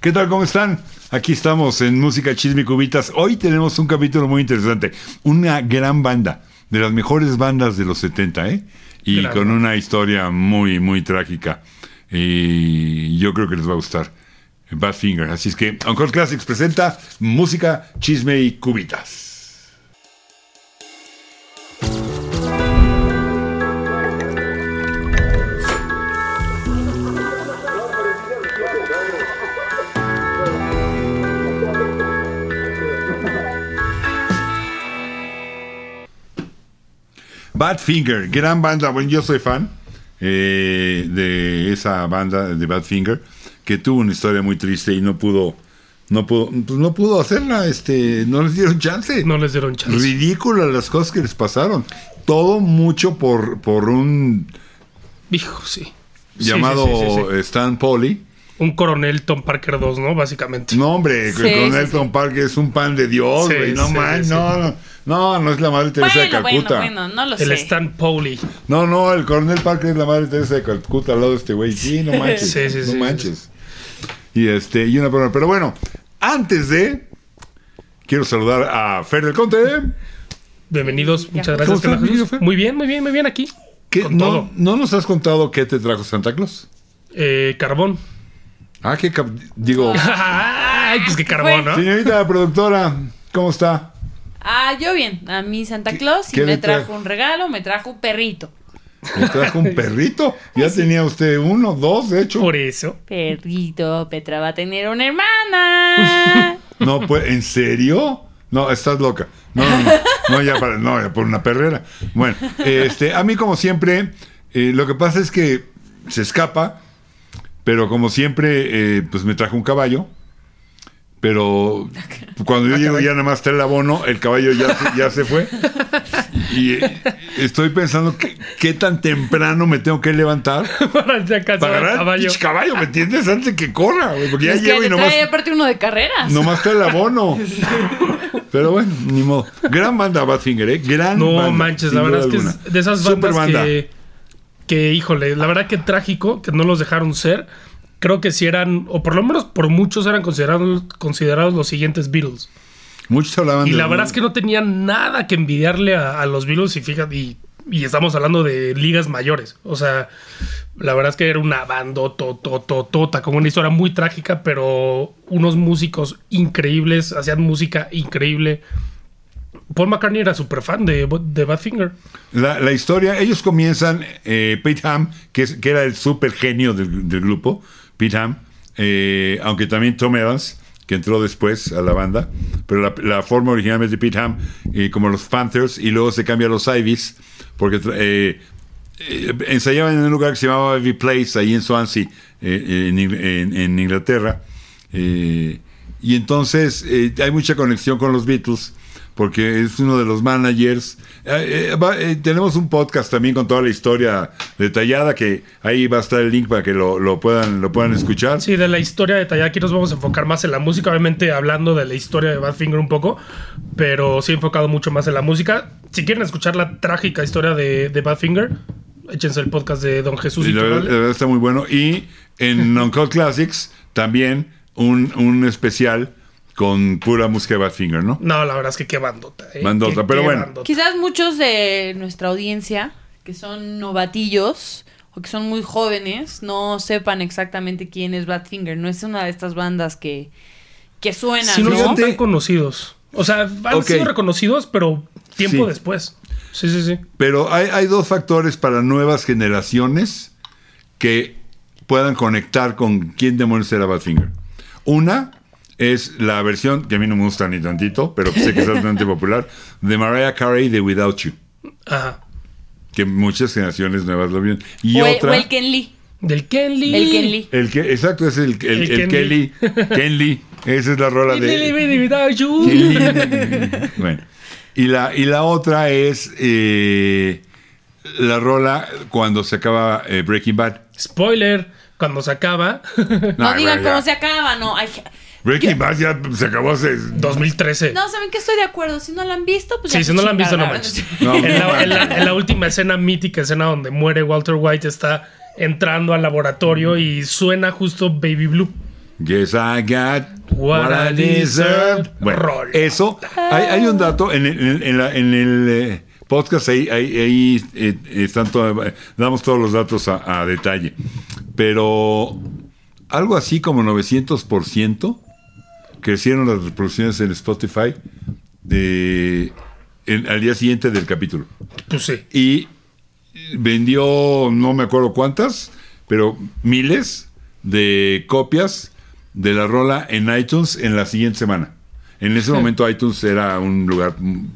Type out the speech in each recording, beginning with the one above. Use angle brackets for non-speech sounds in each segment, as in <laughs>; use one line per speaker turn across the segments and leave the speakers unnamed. ¿Qué tal? ¿Cómo están? Aquí estamos en Música Chisme y Cubitas. Hoy tenemos un capítulo muy interesante. Una gran banda, de las mejores bandas de los 70, ¿eh? Y
Gran
con una historia muy, muy trágica. Y yo creo que les va a gustar. Badfinger. Así es que Encore Classics presenta Música, Chisme y Cubitas. Badfinger, gran banda. Bueno, yo soy fan eh, de esa banda de Badfinger, que tuvo una historia muy triste y no pudo, no pudo, pues no pudo hacerla. Este, no les dieron chance.
No les dieron chance.
Ridículas las cosas que les pasaron. Todo mucho por, por un
Hijo, sí. Sí,
llamado
sí, sí, sí, sí.
Stan Polly.
Un coronel Tom Parker 2, ¿no? Básicamente.
No, hombre,
Sí,
con
sí,
Elton Park es un pan de Dios,
Sí,
güey. no
sí,
man,
sí.
no, no, no, no es la madre Teresa de
Bueno, bueno,
Calcuta.
bueno, no lo
el
sé.
Stan Pauli.
No, no, el coronel Parker es la madre Teresa de Calcuta al lado de este güey. Sí, no manches.
Sí, sí,
no
sí, sí,
manches. Y este, y una broma. Pero bueno, antes de. Quiero saludar a Fer del Conte.
Bienvenidos,
¿Cómo
muchas gracias.
estás,
Carla Jesús.
querido Fer?
muy bien, muy bien, muy bien aquí.
Que
Con
no,
todo.
no nos has contado qué te trajo Santa Claus.
Eh, carbón. <laughs>
Ah, qué. cap- Digo.
¿Ah? Ay, pues qué carbón, ¿no?
Señorita productora, ¿cómo está?
Ah, yo bien. A mí Santa Claus y
qué le
me
trajo?
trajo un regalo, me trajo un perrito.
Me trajo
<laughs>
un perrito. Ya tenía usted uno, dos, de hecho.
Por eso. <laughs>
Perrito, Petra va a tener una hermana.
No, pues, ¿en serio? No, estás loca. No, no, no, No, ya para, no, ya por una perrera. Bueno, este, a mí como siempre, eh, lo que pasa es que se escapa, pero como siempre, eh, pues me trajo un caballo. Pero cuando yo llego ya nada más trae el abono, el caballo ya, se- ya se fue. Y eh, estoy pensando que- qué tan temprano me tengo que levantar
Para ya cazar
para
al
agarrar
caballo.
caballo. caballo, ¿me entiendes? Antes de que corra, güey, porque <laughs> ya
es que
llego y
le
nomás...
trae aparte uno de
<laughs>
carreras.
Nomás está el abono. Pero bueno, ni modo. Gran banda Badfinger, ¿eh? Gran
No
banda,
manches,
sin
la verdad
duda
es que es
alguna.
de esas
Super
bandas
banda.
que, que, híjole, la verdad que trágico que no los dejaron ser. Creo que si eran, o por lo menos por muchos eran considerados, considerados los siguientes Beatles.
Muchos hablaban
Y
de
la verdad es que no tenía nada que envidiarle a, a los Beatles y fíjate, y, y estamos hablando de ligas mayores. O sea, la verdad es que era una tota con una historia muy trágica, pero unos músicos increíbles, hacían música increíble. Paul McCartney era súper fan de, de Badfinger.
la, la historia, ellos comienzan, eh, Pete Ham, que, es- que era el super genio del, del grupo, Pete Ham, eh, aunque también Tom Evans, que entró después a la banda, pero la, la forma originalmente de Pete Ham, eh, como los Panthers, y luego se cambia a los Ivies, porque tra- eh, eh, ensayaban en un lugar que se llamaba Ivy Place, ahí en Swansea, eh, en, Ing- en- en Inglaterra. Eh, y entonces eh, hay mucha conexión con los Beatles, porque es uno de los managers. Eh, eh, va- eh, tenemos un podcast también con toda la historia detallada, que ahí va a estar el link para que lo, lo puedan, lo puedan escuchar.
Sí, de la historia detallada. Aquí nos vamos a enfocar más en la música, obviamente hablando de la historia de Badfinger un poco, pero sí enfocado mucho más en la música. Si quieren escuchar la trágica historia de, de Badfinger, échense el podcast de Don Jesús
Y la, verdad,
Iturralde.
la verdad está muy bueno. Y en Uncut Classics también un, un especial con pura música de Badfinger, ¿no?
No, la verdad es que qué bandota. ¿eh?
Bandota,
Qué-
pero
qué
bueno.
bandota.
Quizás muchos de nuestra audiencia, que son novatillos o que son muy jóvenes, no sepan exactamente quién es Badfinger. No es una de estas bandas que, que suenan,
Sí, no
¿no?
son
Fíjate-
tan conocidos. O sea, han
Ok.
sido reconocidos, pero tiempo
Sí.
después. Sí, sí, sí.
Pero hay, hay dos factores para nuevas generaciones que puedan conectar con quién demonios era Badfinger. Una es la versión, que a mí no me gusta ni tantito, pero sé que es
<laughs>
bastante popular, de Mariah Carey de Without You,
Ajá.
que muchas generaciones nuevas lo vieron. Y
o, el-
otra...
o el Ken Lee.
Del Kenley.
El Ken Lee.
El que, exacto, es el, el,
El
el
Ken
Kelly. Ken Lee. Esa es la rola de. Ken
<laughs>
Lee. bueno. Y la, y la otra es eh, la rola cuando se acaba eh, Breaking Bad.
Spoiler, cuando se acaba.
No,
Nah,
digan
güey,
cómo
ya.
se acaba, no. ay,
Breaking Bad ya se acabó hace.
2013.
no, ¿saben que Estoy de acuerdo. Si no la han visto, pues ya
Sí, si
se
no la han visto, no
chingaron.
manches.
<laughs>
No,
en, la,
manches.
en la- en la última escena, mítica escena donde muere Walter White, está entrando al laboratorio y suena justo Baby Blue.
Yes, I got
What I deserve.
Bueno,
Rola.
eso. Hay, hay un dato en el, en el- en la- en el, eh, podcast, ahí, ahí- ahí, eh, están todo- damos todos los datos a, a detalle. Pero algo así como 900% crecieron las reproducciones en Spotify de, en- al día siguiente del capítulo.
Pues sí.
Y vendió, no me acuerdo cuántas, pero miles de copias de la rola en iTunes en la siguiente semana. En ese momento iTunes era un lugar... mm,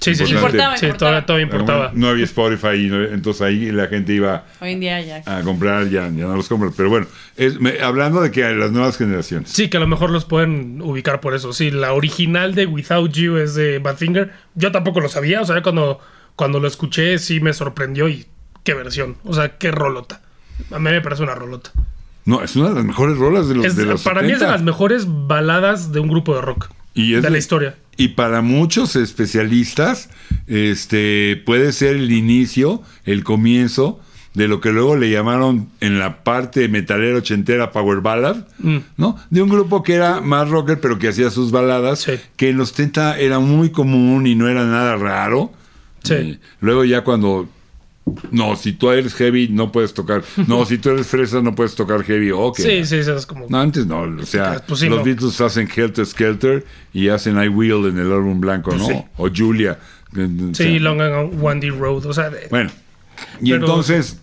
Sí, sí, sí.
importante.
Importaba,
Sí, todavía, todavía importaba.
No había Spotify, y no- entonces ahí la gente iba
Hoy en día ya.
a comprar, ya, ya no los compras. Pero bueno, es- me- hablando de que a las nuevas generaciones.
Sí, que a lo mejor los pueden ubicar por eso. Sí, la original de Without You es de Badfinger. Yo tampoco lo sabía. O sea, cuando, cuando lo escuché sí me sorprendió y qué versión. O sea, qué rolota. A mí me parece una rolota.
No, es una de las mejores rolas de los,
Es-
de
para
los
mí es
70.
de las mejores baladas de un grupo de rock.
Y es
de
de-
la historia.
Y para muchos especialistas, este puede ser el inicio, el comienzo de lo que luego le llamaron en la parte metalera ochentera Power Ballad,
Mm.
¿no? De un grupo que era más rocker, pero que hacía sus baladas,
Sí.
que en los 70 era muy común y no era nada raro.
Sí.
Eh, luego ya cuando no, si tú eres heavy no puedes tocar.
<laughs>
No, si tú eres fresa no puedes tocar heavy. Ok.
Sí, sí, sí, es como...
No, antes no, o sea,
Pues sí,
los
no.
Beatles hacen Helter Skelter y hacen I Will en el álbum blanco, ¿no?
sí.
O Julia. o
sí,
sea,
Long and Wandy Road. O sea, de-
Bueno, y
Pero-
entonces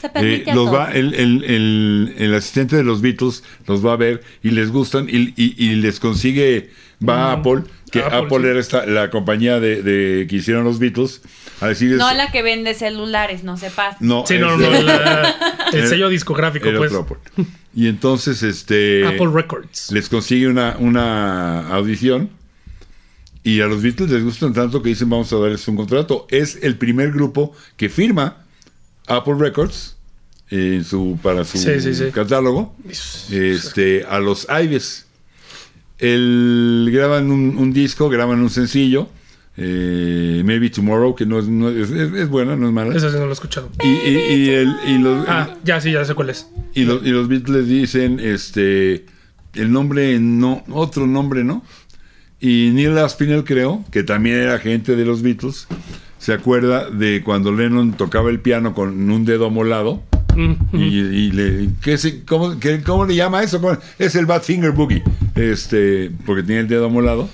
Se
eh,
permite a
los
todo.
va, el, el- el- el asistente de los Beatles los va a ver y les gustan y, y- y les consigue, va a Apple, que
Apple,
Apple,
sí.
era esta- la compañía de, de- que hicieron los Beatles, a decirles...
No la que vende celulares, no se pasa.
no,
sí,
es
no,
de-
no, la- el
Era-
sello discográfico,
era
pues.
otro Apple. Y entonces, este...
Apple Records.
les consigue una, una audición y a los Beatles les gustan tanto que dicen vamos a darles un contrato. Es el primer grupo que firma Apple Records eh, en su, para su
Sí, sí, sí.
catálogo este, a los Ives. El, graban un, un disco, graban un sencillo, eh, Maybe Tomorrow, que no es, no es, es- es buena, no es mala.
Eso sí no lo he escuchado.
Y, y- y el- y los,
Ah, ya sí, ya sé cuál es.
y los, y los Beatles dicen, este, el nombre no, otro nombre, ¿no? Y Neil Aspinall creo, que también era gente de los Beatles, se acuerda de cuando Lennon tocaba el piano con un dedo molado.
Mm,
Y, y le, ¿qué se- cómo, qué- cómo le llama eso? ¿Cómo? Es el Badfinger Boogie. Este, porque tiene el dedo molado.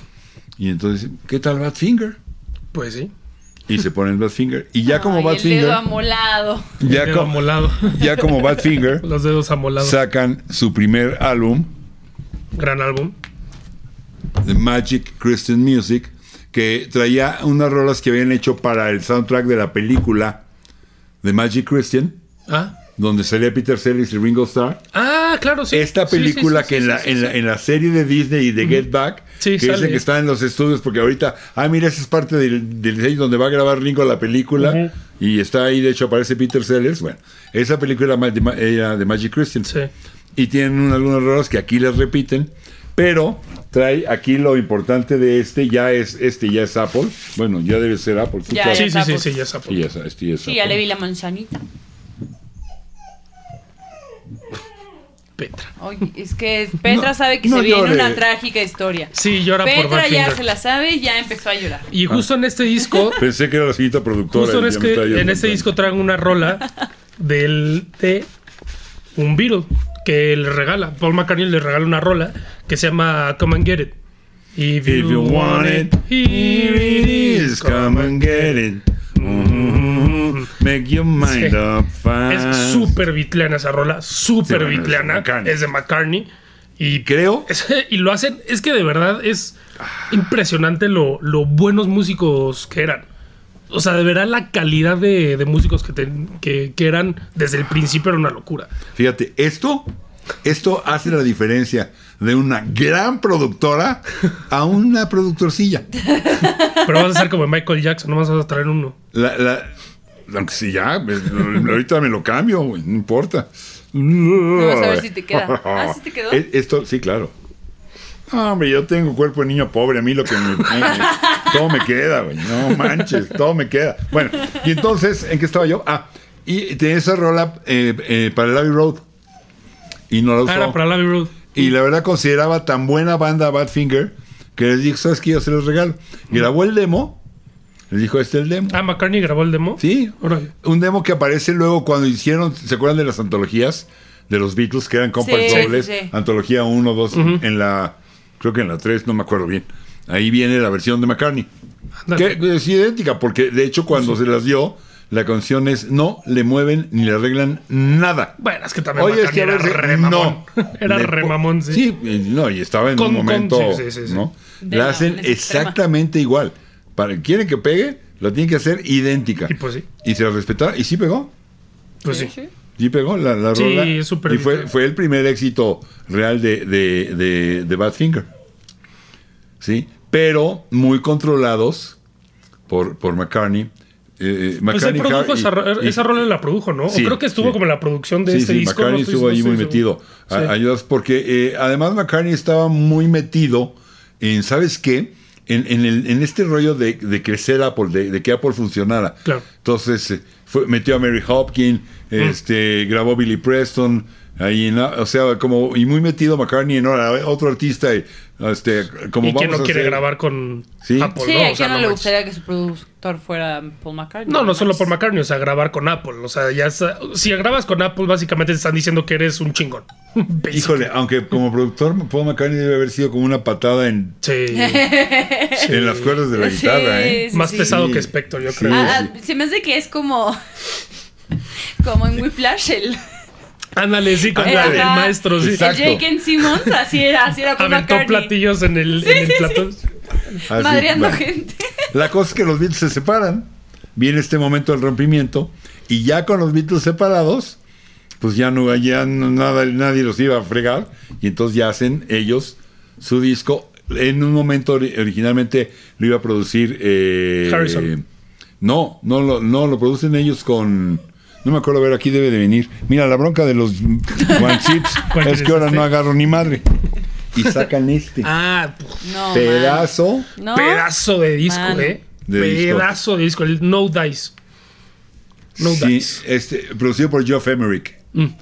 Y entonces, ¿qué tal Badfinger?
Pues sí.
Y se pone el Badfinger. Y ya como
Ay, El dedo
Badfinger,
amolado.
ya,
Dedo
como,
amolado. <laughs>
ya como Badfinger,
Los dedos amolados.
sacan su primer álbum,
Gran álbum.
The Magic Christian Music, que traía unas rolas que habían hecho para el soundtrack de la película The Magic Christian,
Ah.
donde salía Peter Sellers y Ringo Starr.
Ah, claro, sí.
Esta
Sí, sí,
película
sí,
que
sí,
en la,
sí,
en,
sí.
la, en la serie de Disney y de Get Back,
Sí,
que
sale.
dicen que está en los estudios, porque ahorita, ah, mira, esa es parte del, del diseño donde va a grabar Ringo la película,
Ujú.
y está ahí, de hecho, aparece Peter Sellers. Bueno, esa película ma- de ma- era de Magic Christian.
Sí.
y tienen un- algunos errores que aquí les repiten, pero trae aquí lo importante de este, ya es este ya es Apple, bueno, ya debe ser Apple, tú
Ya,
sabes.
Sí, sí, sí,
sapos.
sí, ya está.
Sí, ya es- este ya es
Sí, ya
Apple.
le vi la manzanita.
Petra.
Oye, es que
<laughs>
Petra
No,
sabe que
no
se viene
llore.
una trágica historia.
Sí, llora por
Petra ya
Badfinger.
se la sabe y ya empezó a llorar.
Y
Ah.
justo en este disco,
Pensé que era la señorita productora.
justo en,
ya
es
me
que-
estaba yo
en este
contando.
disco traen una rola del de un virus que le regala. Paul McCartney le regala una rola que se llama Come and Get It. If
If you want it, here it is, come and get it. Mm, Make your mind
Sí.
up fast.
Es súper bitleana esa rola, súper
Ah, Sí, bueno, es de
bitleana.
McCartney.
es de McCartney. Y
Creo.
es- y lo hacen, es que de verdad es impresionante lo, lo buenos músicos que eran. O sea, de verdad la calidad de, de músicos que, ten- que, que eran desde el principio era una locura.
Fíjate, esto, esto hace la diferencia de una gran productora a una productorcilla.
Pero vas a ser como Michael Jackson, nomás vas a traer uno.
La, la, aunque sí, ya, pues, lo- ahorita me lo cambio, güey, no importa. No,
vas a ver si te queda. Ah, ¿sí
<laughs>
te quedó?
Eh, Esto, sí, claro. No, hombre, yo tengo cuerpo de niño pobre, a mí lo que me... me- todo me queda, güey, no manches, todo me queda. Bueno, y entonces, ¿en qué estaba yo? Ah, y tenía esa rola eh, eh, para el Abbey Road. Y no la usó.
Ah, era para Love Road.
Y la verdad consideraba tan buena banda Badfinger que les dije, ¿sabes qué? Yo se los regalo. Grabó el demo. Les dijo, este es el demo.
Ah, McCartney grabó el demo.
Sí.
Órale.
Un demo que aparece luego cuando hicieron, ¿se acuerdan de las antologías de los Beatles que eran compact
Sí,
dobles?
sí, sí.
Antología 1, 2, en la, creo que en la 3, no me acuerdo bien. Ahí viene la versión de McCartney.
Ándale.
Que pues, es idéntica, porque de hecho cuando se las dio, la canción es no le mueven ni le arreglan nada.
Bueno, es que también
Oye, es que a
McCartney
veces-
era remamón.
no.
<laughs> Era
Le po-
remamón, sí.
eh, no, y estaba en
Con-
un
con-
momento,
sí, sí, sí, sí.
¿no?
De
la
la-
hacen
la extrema.
exactamente igual. Para quieren que pegue, la tienen que hacer idéntica.
Y pues sí.
Y se la respetaba y sí pegó.
Pues sí.
Sí pegó la, la
Sí,
rola.
es súper
Y fue,
vital.
fue el primer éxito real de, de, de, de Badfinger. Sí, pero muy controlados por, por McCartney. Eh,
Pues él
McCartney,
produjo
Har- y-
esa, ro-
y-
esa rola la produjo, ¿no?
Sí,
o creo que estuvo
sí.
como en la producción de
sí,
este
sí,
disco.
McCartney
no estoy-
estuvo
no
ahí
estoy
muy
seguro.
metido. A-
Sí.
ayudas porque eh, además McCartney estaba muy metido en, ¿sabes qué? En, en el- en este rollo de, de crecer Apple, de, de que Apple funcionara.
Claro. Mm.
Entonces eh, fue- metió a Mary Hopkins, este, grabó Billy Preston, ahí, en la- o sea, como y muy metido McCartney en ahora, otro artista, eh, este, como
y quien
vamos
no
a
quiere
hacer-
grabar con
Sí.
Apple,
Sí,
¿no?
a
O sea,
quién no, le
manches.
gustaría que su productor fuera Paul McCartney. Ah,
No, no solo
manches.
por McCartney, o sea, grabar con Apple. O sea, ya sa- si grabas con Apple, básicamente te están diciendo que eres un chingón. <laughs> Basic.
Híjole, aunque como productor Paul McCartney debe haber sido como una patada en,
Sí.
<laughs>
Sí.
en las cuerdas de la
Sí,
guitarra, ¿eh?
sí,
Más
sí.
pesado que Spector, yo
Sí.
creo.
Ah, ah, se me hace que es como. <laughs> Como en Whiplash, el,
Ándale, sí, con
Ándale.
el
ajá,
maestro, sí.
el
Exacto.
Jake and Simmons, así era, así era Paul
Aventó
McCartney.
platillos en el, en el plato.
Así,
madreando
Ah, bueno.
gente.
La cosa es que los Beatles se separan, viene este momento del rompimiento, y ya con los Beatles separados, pues ya no, ya no- nada, nadie los iba a fregar, y entonces ya hacen ellos su disco. En un momento ori- originalmente lo iba a producir eh,
Harrison.
No, no lo, no lo producen ellos con. No me acuerdo, a ver, aquí debe de venir. Mira, la bronca de los One Chips
One
es
Chips,
que ahora
sí.
no agarro ni madre. Y sacan este
Ah, puf,
No,
pedazo.
man. No.
pedazo de disco,
Mano.
¿eh?
De disco.
pedazo de disco. El No Dice. No
Sí,
Dice.
este, producido por Geoff Emerick
Mm. Ah.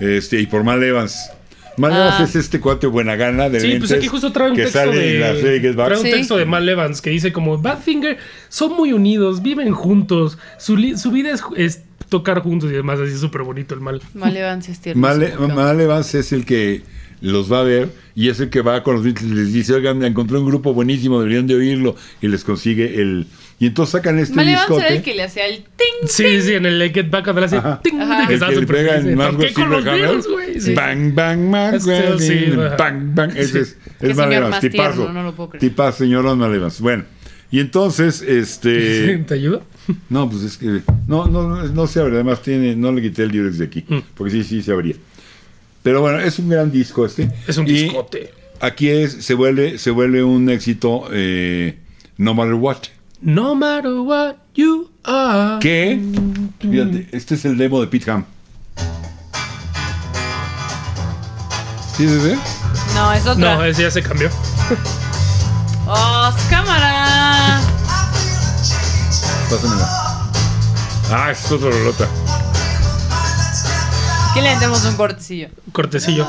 este, y por Mal Evans. Mal Evans es este cuate buena gana de
Sí, pues
lentes
aquí justo trae un
que
texto
sale
de
en la serie Get Back.
trae un
Sí.
texto de Mal Evans que dice como Badfinger son muy unidos, viven juntos, su, li- su vida es, es tocar juntos y demás, así súper bonito el mal.
Mal este Evans es tierno.
Mal, E,
seguro.
Mal Evans es el que los va a ver y es el que va con los Beatles y les dice, oigan, encontré un grupo buenísimo, deberían de oírlo y les consigue el... Y entonces sacan este
Mal Evans
discote.
era el que le hacía el ting.
Sí, sí, en el Get Back atrás
Ajá.
ting,
Ajá.
de
<laughs> El
estaba
que le
súper
pega
feliz,
en
de,
Mango
"Toqué con los
Silverhammer.
Beatles, güey", sí.
Bang, bang, Mango.
Este, sí, ajá.
bang, bang. Ese
Sí.
es,
Qué
es Mal
señor
Evans,
más
tipazo.
tierno, no lo puedo creer.
Tipazo, señorón Mal Evans. Bueno, y entonces, este...
<laughs> ¿Te ayudo?
No, pues es que. No, no, no, no se abre. Además, tiene, no le quité el Durex de aquí.
Mm.
Porque sí, sí se abría. Pero bueno, es un gran disco este.
Es un
Y
discote.
Aquí es, se vuelve, se vuelve un éxito eh, no matter what.
No matter what you are.
Que, fíjate, este es el demo de Pete Ham. ¿Sí es ese?
No, es otra.
No, eh. ese ya se cambió.
¡Oh, cámara!
Pásamela. Ah, es otra rolota.
¿Qué le demos un cortecillo?
Cortecillo.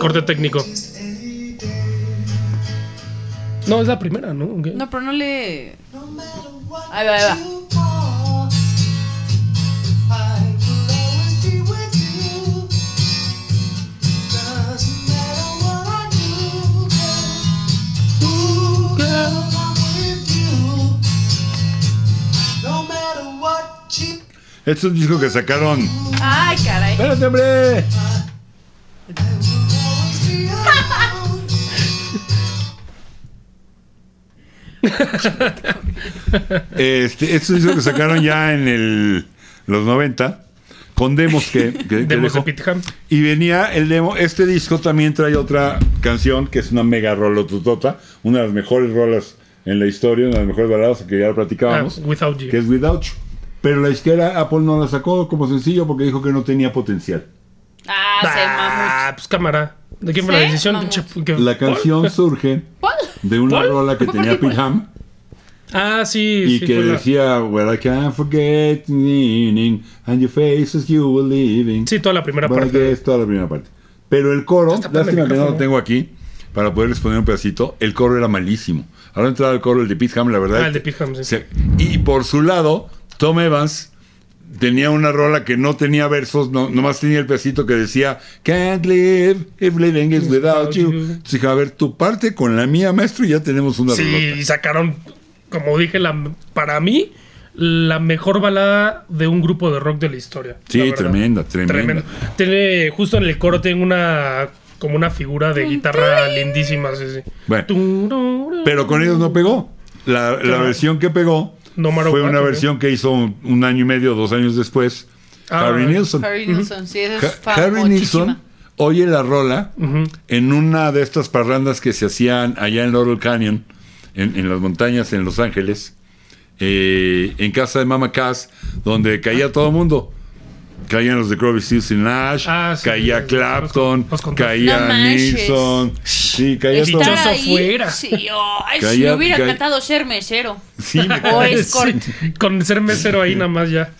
Corte técnico. No, es la primera, ¿no? ¿O qué?
No, pero no le. Ahí va, ahí va.
Este es un disco que sacaron.
¡Ay, caray!
¡Espérate, hombre! Este, esto es lo que sacaron ya en el, los 90 con demos que, que- que
Demos de
dejó.
Pete Ham.
Y venía el demo. Este disco también trae otra canción que es una mega rolotutota, una de las mejores rolas en la historia, una de las mejores baladas que ya lo
Ah,
platicábamos,
without
que
you.
es Without You. Pero la izquierda Apple no la sacó como sencillo porque dijo que no tenía potencial.
¡Ah,
Ah, pues cámara. ¿De quién fue
Sí,
la decisión?
mamut.
Che, que-
La canción surge
se mamó! ¡Paul!
de una
¿Paul?
rola que
¿Fue
tenía
Paul?
Pete Ham
Ah, sí.
y
sí,
que
fue la-
decía Well I can't forget meaning and your faces you were leaving.
Sí, toda la primera
Bueno,
parte.
que es toda la primera parte. Pero el coro,
Está tapando el
lástima que no lo
micrófono.
tengo aquí, para poderles poner un pedacito, el coro era malísimo. Ahora entraba el coro, el de Pete Ham, la verdad.
Ah, el de Pete Ham, sí.
se- y por su lado, Tom Evans tenía una rola que no tenía versos, no, nomás tenía el pedacito que decía, Can't live if living is without you. Entonces dije, a ver, tu parte con la mía, maestro, y ya tenemos una
Sí,
rolota.
y sacaron, como dije, la, para mí, la mejor balada de un grupo de rock de la historia.
Sí,
la verdad.
tremenda, tremenda.
Tiene, justo en el coro tiene una, como una figura de guitarra lindísima, sí, sí.
Bueno.
Tururú.
Pero con ellos no pegó. La, la
Claro.
versión que pegó
No, Matter
fue
What,
una
¿o qué?
versión que hizo un, un año y medio, dos años después,
Ah,
Harry Nilsson.
Harry Nilsson, sí, esa es
Ha- Harry Nilsson
famosísima.
oye la rola en una de estas parrandas que se hacían allá en Laurel Canyon, en, en las montañas en Los Ángeles, eh, en casa de Mama Cass, donde caía todo el mundo. Caían los de Crosby, Stills y Nash,
Ah, sí,
caía
los-
Clapton,
los conté.
caía
No manches.
Nilsson, sí, caía
Estar
todo.
Dichoso fuera.
Sí, ay, si
Calla-
me hubiera
calla-
encantado ser mesero.
Sí, me-
O escort.
<laughs> Sí, con ser mesero ahí nada más ya.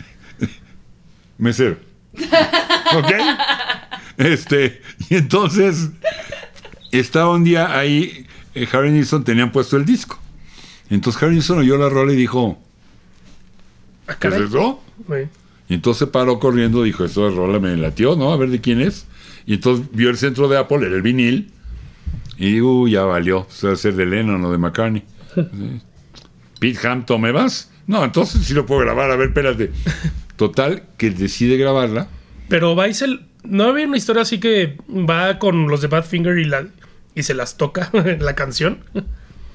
Mesero. ¿Ok? Este, y entonces estaba un día ahí, eh, Harry Nilsson tenían puesto el disco. Entonces Harry Nilsson oyó la rola y dijo,
Ah,
¿qué Pues es
caray.
eso?
Sí.
Y entonces paró corriendo, dijo, eso es rola, me latió, ¿no? A ver de quién es. Y entonces vio el centro de Apple, era el vinil. Y digo, "Uy, ya valió, se va a ser de Lennon o de McCartney. Sí. Pete Hampton, ¿me vas? No, entonces sí lo puedo grabar, a ver, espérate. Total, que decide grabarla.
Pero Weissel, ¿no había una historia así que va con los de Badfinger y, la, y se las toca <laughs> la canción?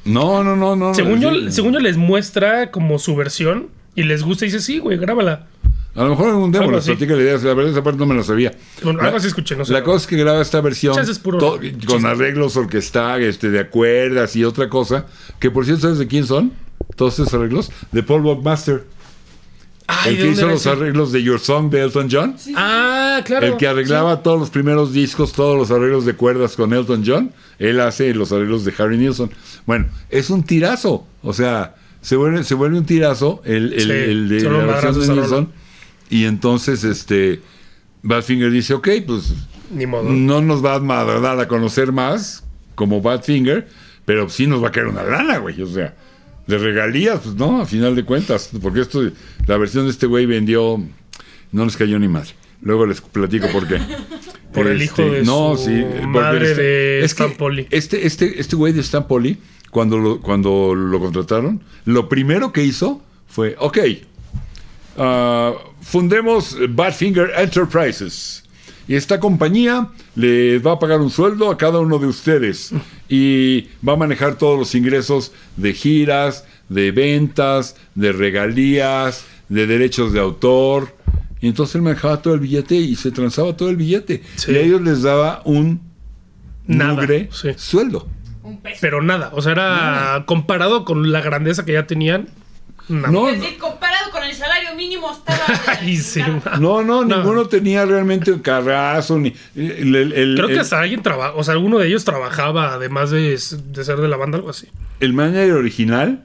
No, no, no, no.
Según yo,
Sí.
según yo les muestra como su versión y les gusta y dice, sí, güey, grábala.
A lo mejor algún demo
Algo
les
así.
platica la idea. La verdad, esa parte no me la sabía.
Bueno,
La-
algo así escuché, no sé.
La cosa es que graba esta versión
Chance es puro-
to- con
chiste.
arreglos orquestales, este, de acuerdas y otra cosa. Que por cierto, ¿sabes de quién son? Todos esos arreglos. De Paul Buckmaster.
Ay,
El
¿de
que
dónde
hizo
era
los
ese?
arreglos de Your Song de Elton John.
Ah, claro.
El que arreglaba todos los primeros discos, todos los arreglos de cuerdas con Elton John, él hace los arreglos de Harry Nilsson. Bueno, es un tirazo. O sea, se vuelve, se vuelve un tirazo el, el-
Sí,
el de
son
la versión
los madrazos
de
a rola.
Nilsson. Y entonces, este, Badfinger dice, ok, pues
Ni modo.
no nos va a ma- dar a conocer más como Badfinger, pero sí nos va a caer una lana, güey. O sea, de regalías, pues no, a final de cuentas, porque esto, la versión de este güey vendió, no les cayó ni madre. Luego les platico por qué.
<laughs>
Este,
Por el hijo de su
porque este,
madre de
es que
Stan Poli.
Este, este, este güey de Stan Poli, cuando lo, cuando lo contrataron, lo primero que hizo fue, ok, Ah, fundemos Badfinger Enterprises. Y esta compañía les va a pagar un sueldo a cada uno de ustedes. Y va a manejar todos los ingresos de giras, de ventas, de regalías, de derechos de autor. Y entonces él manejaba todo el billete y se transaba todo el billete.
Sí.
Y a ellos les daba un
Nada,
mugre
sí.
sueldo.
Un peso.
Pero nada, o sea, era comparado con la grandeza que ya tenían. nada.
No,
Es decir, comparado con el salario mínimo estaba...
<laughs> Oh, Ay, sí.
no, no,
No.
ninguno tenía realmente un carrazo. Ni, el- el- el-
Creo que
el-
hasta alguien trabaja, o sea, alguno de ellos trabajaba, además de, de ser de la banda, algo así.
el manager original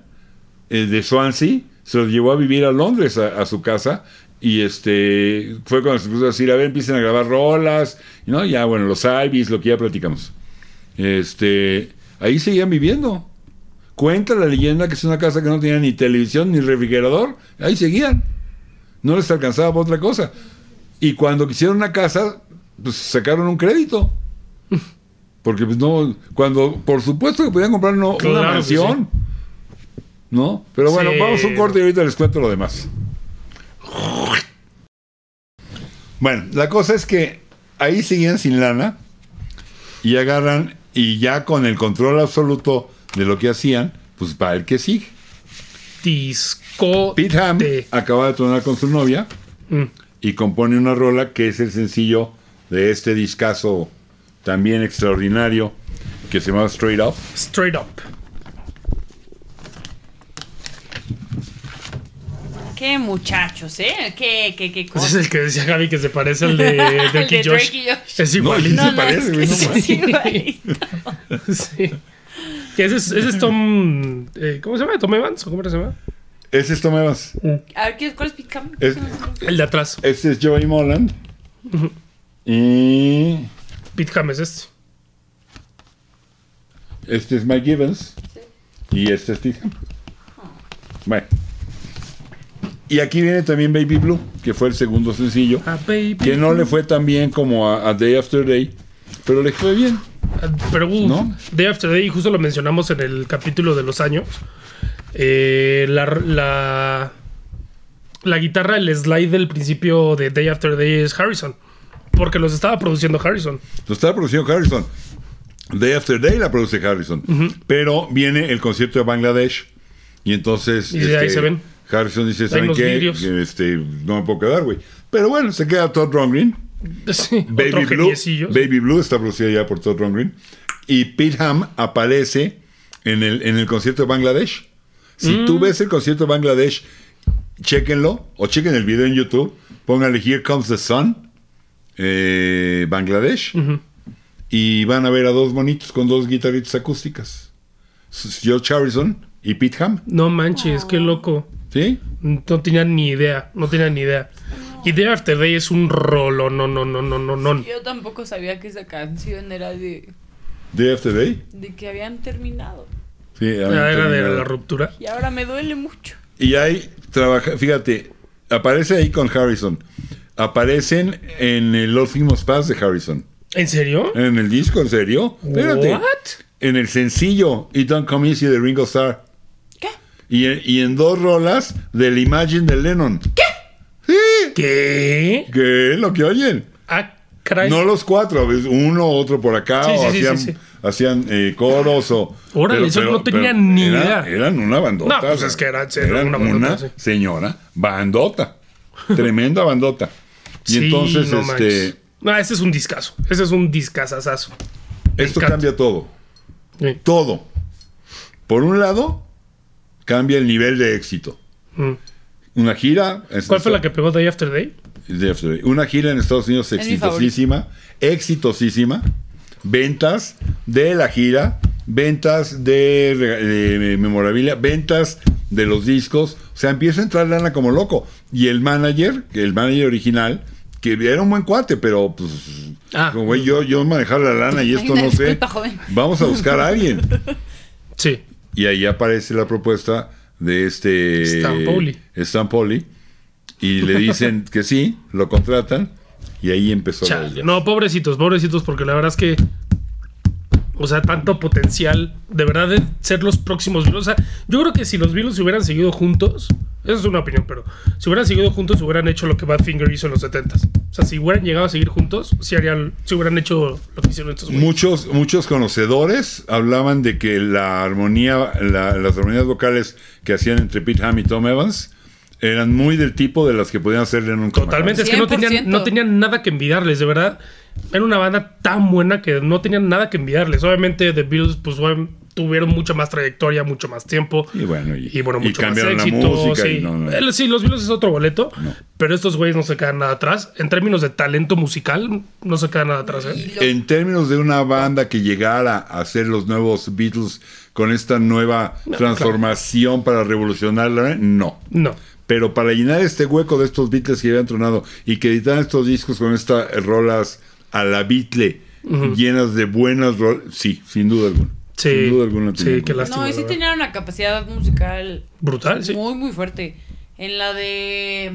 eh, de Swansea se los llevó a vivir a Londres, a, a su casa, y este fue cuando se puso a decir, a ver, empiecen a grabar rolas, y no, ya bueno, los Ibis, lo que ya platicamos. Este, ahí seguían viviendo. Cuenta la leyenda que es una casa que no tenía ni televisión ni refrigerador, ahí seguían. No les alcanzaba para otra cosa. Y cuando quisieron una casa, pues sacaron un
<laughs>
crédito. Porque pues no, cuando, por supuesto que podían comprar uno-
Claro
una
que
mansión. ¿No? Pero bueno,
Sí.
vamos a un corte y ahorita les cuento lo demás. Bueno, la cosa es que ahí seguían sin lana y agarran y ya con el control absoluto de lo que hacían, pues va el que sigue.
Disco.
Pete Ham
de-
acaba de tronar con su novia
Mm.
y compone una rola que es el sencillo de este discazo también extraordinario que se llama Straight Up.
Straight up.
Qué muchachos, ¿eh? Qué, qué, qué
Pues
cosa.
es el que decía Javi que se parece al de Drake y
de
Josh.
Drake y Josh.
Es
No,
igualito.
<laughs> se parece, güey, no
sí,
mames.
sí, güey.
Sí. Que ese, es, ese es Tom. eh, ¿Cómo se llama? ¿Tom Evans? ¿O ¿Cómo se llama?
Ese es Tom Evans.
A ver, ¿qué- ¿cuál es Pete Ham?
Es-
El de atrás.
Este es Joey Moland. Y.
Pete Ham es este.
Este es Mike Gibbons y este es Pete Ham. Bueno. Y aquí viene también Baby Blue, que fue el segundo sencillo,
Ah, baby.
que no le fue tan bien como a, a Day After Day, pero le fue bien.
Ah, Pero uh,
¿No?
Day After Day, justo lo mencionamos en el capítulo de los años. Eh, la, la, la guitarra, el slide del principio de Day After Day es Harrison. Porque los estaba produciendo Harrison. <laughs>
Lo estaba produciendo Harrison. Day After Day la produce Harrison. Pero viene el concierto de Bangladesh. Y entonces. este,
Y de ahí se ven.
Harrison dice: ¿Saben
los
qué?
vidrios.
Este, no me puedo quedar, güey. Pero bueno, se queda Todd Rundgren.
Sí,
Baby
otro
Blue,
geniecillo.
Baby Blue está producida ya por Todd Rundgren. Y Pete Ham aparece en el, en el concierto de Bangladesh. Si tú
Mm.
ves el concierto de Bangladesh, chéquenlo o chequen el video en YouTube. Pónganle Here Comes the Sun, eh, Bangladesh. Y van a ver a dos monitos con dos guitarritas acústicas. S- George Harrison y Pete Ham.
No manches, qué loco.
¿Sí?
No tenía ni idea, no tenía ni idea. Y Day After Day es un rolo, no, no, no, no, no, no.
Yo tampoco sabía que esa canción era de,
Day After Day.
de que habían terminado.
Sí,
Ya Ah, era de
terminado.
la ruptura.
Y ahora me duele mucho.
Y ahí trabaja, fíjate, aparece ahí con Harrison. Aparecen en el Los Últimos Pass de Harrison.
¿En serio?
En el disco, ¿en serio? Espérate.
What?
En el sencillo It Don't Come Easy de Ringo Starr.
¿Qué?
Y, en- y en dos rolas del Imagine de Lennon. ¿Qué? Sí.
¿Qué?
¿Qué es lo que oyen?
Ah, caray.
No los cuatro, ¿ves? uno, otro por acá,
Sí,
o
sí, sí,
hacían,
sí, sí.
hacían, eh, coros o.
Órale, eso no tenía ni
era-
idea.
Eran una bandota.
No, pues
o sea,
es que era- sí, era una bandota, sí.
señora bandota. Tremenda bandota. Y
<laughs> Sí,
entonces,
no manches.
este,
No, ese es un discazo. Ese es un discazazazo.
esto
encanta.
cambia todo.
Sí.
Todo. Por un lado, cambia el nivel de éxito.
Mm.
Una gira. es-
¿Cuál fue la que pegó Day After Day?
de After Day. Una gira en Estados Unidos
mi
exitosísima, exitosísima. Ventas de la gira, ventas de, rega- de memorabilia, ventas de los discos. O sea, empieza a entrar lana como loco. Y el manager, que el manager original, que era un buen cuate, pero pues,
Ah,
como, güey, yo, yo manejar la lana y
Hay
esto
una
no
<laughs>
sé.
disculpa, joven.
Vamos a buscar a alguien.
sí.
Y ahí aparece la propuesta de este
Stampoli.
Stampoli. Y le
<laughs>
dicen que sí, lo contratan. Y ahí empezó la
Chale.
desgracia.
No, pobrecitos, pobrecitos, porque la verdad es que. O sea, tanto potencial. De verdad, de ser los próximos Beatles. O sea, yo creo que si los Beatles se hubieran seguido juntos. Esa es una opinión, pero. Si hubieran seguido juntos, hubieran hecho lo que Badfinger hizo en los 70s. O sea, si hubieran llegado a seguir juntos, si, harían, si hubieran hecho lo que hicieron estos güeyes.
Muchos, muchos conocedores hablaban de que la armonía, la- las armonías vocales que hacían entre Pete Ham y Tom Evans eran muy del tipo de las que podían hacer en un
Totalmente, es que no tenían,
100%.
no tenían nada que envidiarles, de verdad. Era una banda tan buena que no tenían nada que envidiarles. Obviamente, The Beatles, pues, obvi- tuvieron mucha más trayectoria, mucho más tiempo.
Y bueno, y,
Y bueno,
y
mucho más
cambiaron
éxito.
la música.
sí.
y no, no.
El- sí, los Beatles es otro boleto, pero estos güeyes no se quedan nada atrás. En términos de talento musical, no se quedan nada atrás. ¿eh?
Y lo-
En términos de una banda que llegara a ser los nuevos Beatles con esta nueva transformación para revolucionarla, no.
No.
Pero para llenar este hueco de estos Beatles que habían tronado y que editaran estos discos con estas rolas a la Beatle, llenas de buenas rolas, sí, sin duda alguna.
Sí,
sin duda alguna.
sí,
tenían
que
buenas.
lástima,
no, y sí
la verdad.
tenían una capacidad musical
Brutal, sí.
muy, muy fuerte. En la de.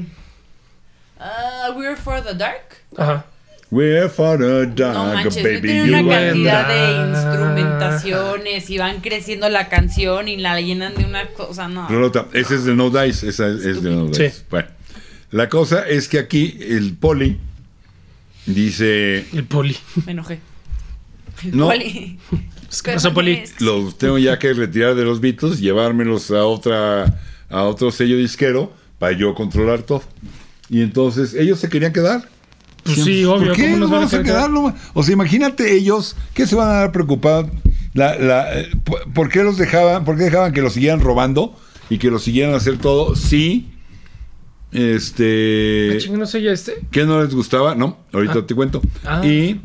ah, We're for the Dark.
Ajá.
We're for a dark
No manches, no
Ah, baby.
tienen
you
una
and
cantidad de
and I.
instrumentaciones y van creciendo la canción y la llenan de una cosa, no.
Rolota, ese es de No Dice, esa es- es de No Dice.
Sí.
Bueno, la cosa es que aquí el poli dice,
El poli.
Me enojé. <laughs>
No.
Oli.
Es que pasó, poli.
Perdóname.
los tengo ya que retirar de los Beatles, llevármelos a otra a otro sello disquero para yo controlar todo. Y entonces ellos se querían quedar.
Pues sí, obvio.
¿Por qué
¿cómo
nos
van
vamos a
dejar
quedar? no? O sea, imagínate ellos que se van a dar preocupados. La, la, eh, ¿por- ¿Por qué los dejaban? ¿Por qué dejaban que los siguieran robando y que los siguieran a hacer todo? Sí.
Ah,
Este.
chinga, no sé ya este.
¿Qué no les gustaba? No, ahorita
Ah.
te cuento.
Ah.
Y.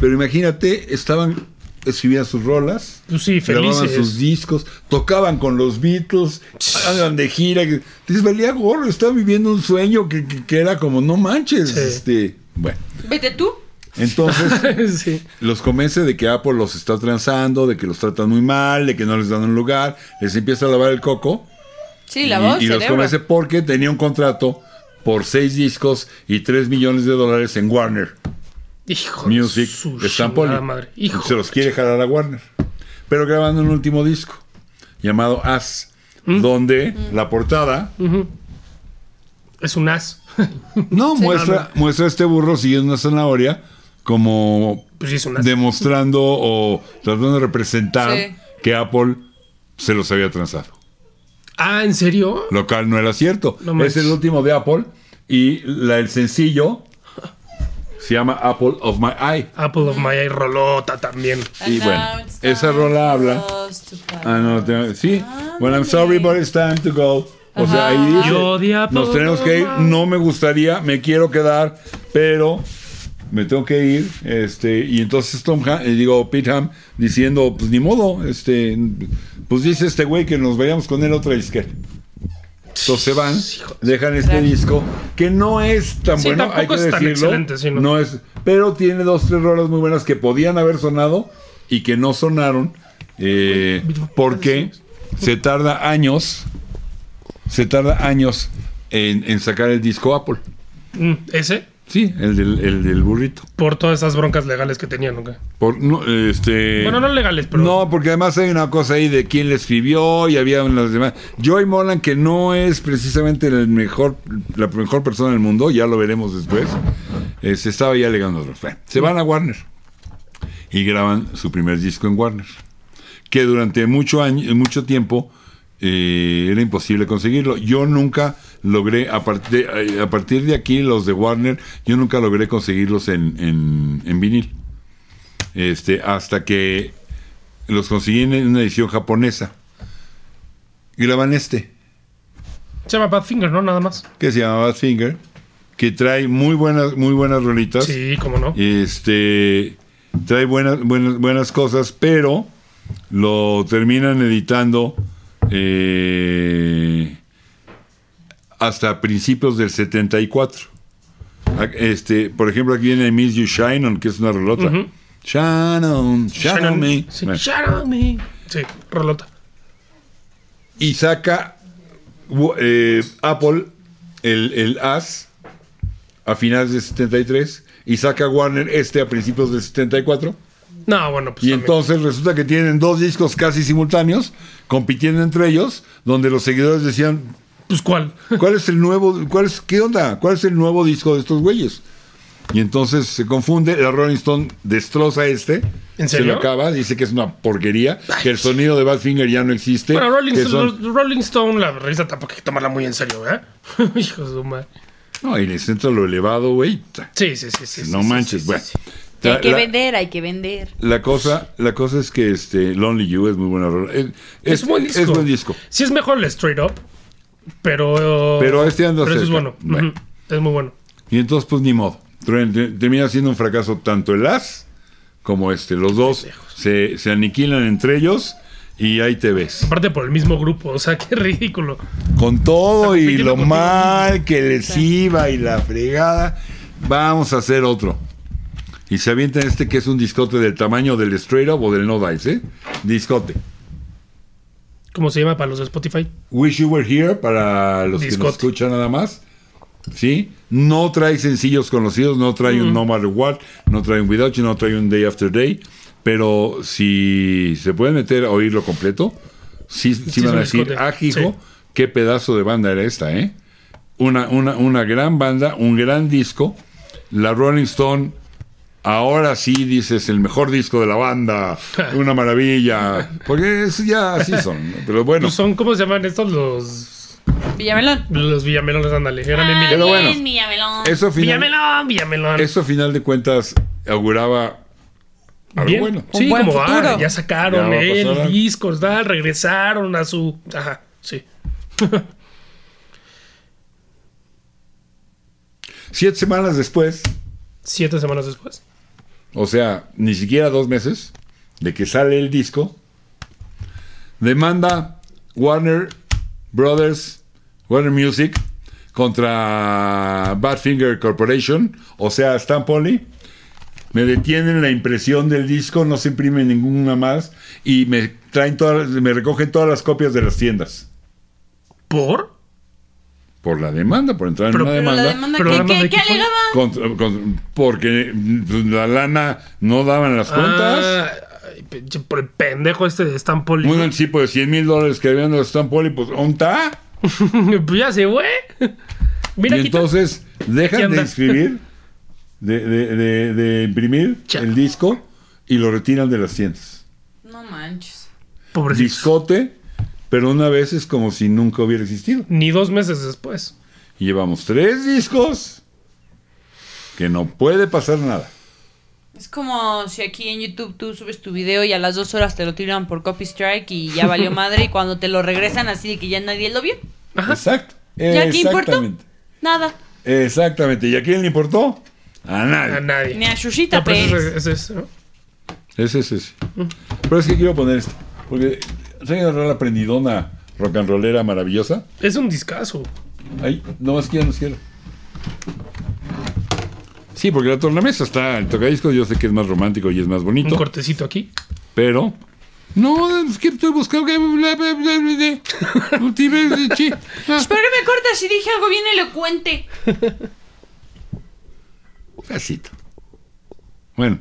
Pero imagínate, estaban. Escribían sus rolas.
Pues sí,
Grababan sus
felices.
discos, tocaban con los Beatles, andaban de gira. que- Les valía gorro, estaba viviendo un sueño que, que- que era como, no manches.
Sí.
Este, bueno,
Vete tú.
<laughs>
Entonces,
sí.
los convence de que Apple los está transando, de que los tratan muy mal, de que no les dan un lugar, les empieza a lavar el coco
Sí, la
y,
voz,
y los
cerebro.
convence porque tenía un contrato por seis discos y tres millones de dólares en Warner
Hijo de
Music
su
de Stan
chingada
Poli.
madre. Hijo.
Se los quiere jalar a Warner. Pero grabando un último disco llamado As, donde la portada
Es un as.
no
no,
muestra muestra a este burro siguiendo una zanahoria como
Pues sí, es un as.
demostrando o tratando de representar
Sí.
que Apple se los había transado.
Ah, ¿en serio?
Lo cual no era cierto.
No
es
manches.
el último de Apple y la- el sencillo se llama Apple of My Eye.
Apple of My Eye rolota también.
Y
And
bueno,
now it's
esa
time
rola habla.
for us to play.
Ah, no, te- sí. Well, I'm
Ándale.
sorry, but it's time to go. O sea, ahí dice,
Yo de Apple
nos tenemos que ir,
no más.
no me gustaría, me quiero quedar, pero me tengo que ir. Este, y entonces Tom Hanks, digo, Pete Ham, diciendo, pues ni modo, este, pues dice este güey que nos vayamos con él a otra disquera. Entonces se van, dejan este
Claro.
disco, que no es tan
Sí,
bueno,
tampoco
hay que
es tan
decirlo.
excelente, sí, ¿no?
no es, pero tiene dos, tres rolas muy buenas que podían haber sonado y que no sonaron eh, porque se tarda años, se tarda años en, en sacar el disco Apple.
Mm, Ese,
Sí, el del, el del burrito.
por todas esas broncas legales que tenían, ¿ok?
Por, no, este,
Bueno, no legales, pero.
No, porque además hay una cosa ahí de quién le escribió y había unas demás. Joy Molan, que no es precisamente el mejor, la mejor persona del mundo, ya lo veremos después, eh, se estaba ya alegando otros. Bueno, se van a Warner y graban su primer disco en Warner, que durante mucho, año, mucho tiempo eh, era imposible conseguirlo. Yo nunca logré, a, part- de- a partir de aquí, los de Warner, yo nunca logré conseguirlos en, en- en vinil. Este, hasta que los conseguí en una edición japonesa. Graban este,
Se llama Badfinger, ¿no? Nada más.
que se llama Bad Finger, que trae muy buenas, muy buenas rolitas.
Sí, cómo no.
Este trae buenas, buenas, buenas cosas, pero lo terminan editando eh, hasta principios del 74. A- Este, por ejemplo, aquí viene I Miss You Shannon, que es una rolota.
Ujú.
Shannon, Shannon me.
Sí,
Bueno.
Shadow Me. Sí, rolota.
y saca wo- eh, Apple el, el As a finales del 73 y saca Warner este a principios del 74
No, bueno, pues.
y
también.
entonces resulta que tienen dos discos casi simultáneos compitiendo entre ellos donde los seguidores decían
Pues, ¿cuál?
¿Cuál es el nuevo? Cuál es, ¿Qué onda? ¿Cuál es el nuevo disco de estos güeyes? Y entonces se confunde, la Rolling Stone destroza este.
¿En
Se
serio?
lo acaba, dice que es una porquería, que el sonido de Badfinger ya no existe.
Bueno, Rolling,
que
Stone-
son-
Rolling Stone, la revista tampoco hay que tomarla muy en serio, ¿eh? <laughs> Hijo de su madre.
No, y les entra lo elevado, güey. ta,
Sí, sí, sí. sí
No
sí, sí,
manches,
sí,
bueno.
sí.
Que hay que
La-
vender, hay que vender.
La cosa, la cosa es que este Lonely You es muy buena rola. Es,
Es, buen disco.
Es buen disco.
Sí, es mejor el Straight Up, pero.
Pero este anda
Pero eso es
cerca.
bueno.
Bueno.
Ujú, Es muy bueno.
Y entonces, pues ni modo. Tren- te- Termina siendo un fracaso tanto el As como este. Los dos se, se aniquilan entre ellos y ahí te ves.
Aparte por el mismo grupo, o sea, <laughs> qué ridículo.
Con todo
Está
y
compitiendo
lo
contigo
mal que les iba y la fregada, vamos a hacer otro. Y se avienta este que es un discote del tamaño del Straight Up o del No Dice, ¿eh? Discote.
¿Cómo se llama para los de Spotify?
Wish You Were Here para los que
Discote.
nos escuchan nada más. ¿Sí? No trae sencillos conocidos, no trae un No Matter What, no trae un Without You, no trae un Day After Day. Pero si se pueden meter a oírlo completo, sí, sí
Sí, es
van a
un
decir,
discote,
ah, hijo,
sí.
qué pedazo de banda era esta, ¿eh? Una, una, una gran banda, un gran disco. La Rolling Stone, ahora sí dices, el mejor disco de la
<laughs>
banda, una maravilla. Porque es- ya así son, ¿no? pero bueno.
Pues son, ¿cómo se llaman estos? Los,
Villamelón.
los Villamelones, ándale. Eran
Ah,
Emilio.
Pero bueno,
bien, Villamelón.
Eso final,
Villamelón, Villamelón.
eso final de cuentas auguraba algo
Bien.
bueno.
Sí,
Un buen
como
futuro.
ah, ya sacaron
Ya va a
eh,
pasar
el
algo.
disco, tal, regresaron a su. Ajá, sí.
Siete semanas después,
Siete semanas después.
o sea, ni siquiera dos meses de que sale el disco, demanda Warner Brothers, Warner Music contra Badfinger Corporation, o sea, Stan Polly, me detienen la impresión del disco, no se imprime ninguna más y me traen todas, me recogen todas las copias de las tiendas
¿Por?
por la demanda, por entrar
Pero-
en una demanda.
Pero la demanda, ¿qué-
Programa
¿qué,
de
qué
Equifor-
alegaban?
contra- con- porque pues, la lana no daban las cuentas.
Ah, ay, pinche, por el pendejo este de Stan Poli.
Un anticipo de 100 mil dólares que habían de Stan Poli, pues ¿onta?
<laughs> pues ya se fue. Mira,
y
aquí está.
entonces
Aquí
dejan de
anda.
inscribir, de, de- de- de imprimir
Chao.
el disco y lo retiran de las tiendas.
No manches.
Pobrecitos.
Discote, pero una vez es como si nunca hubiera existido.
Ni dos meses después.
Y llevamos tres discos que no puede pasar nada.
Es como si aquí en YouTube tú subes tu video y a las dos horas te lo tiran por copy strike y ya <laughs> valió madre y cuando te lo regresan así de que ya nadie lo vio.
Ajá.
Exacto.
¿Ya qué importó?
Exactamente.
Nada.
Exactamente. ¿Y a quién le importó? A nadie.
A nadie.
Ni a pues. Shushita
No, pero eso
Pérez.
es- eso es- ¿no?
Ese es ese. Pero es que quiero poner esto. Porque traen una rola prendidona rock and rollera maravillosa.
Es un discazo.
Ahí, nomás que ya nos quiero. Sí, porque la tornamesa está, el tocadiscos yo sé que es más romántico y es más
Un
bonito,
cortecito aquí.
pero... No, es que estoy buscando... que- bla, bla, bla, bla, de-
<laughs>
multiver- de chi- ah.
Pero me cortas y dije algo bien elocuente.
Un pedacito. Bueno,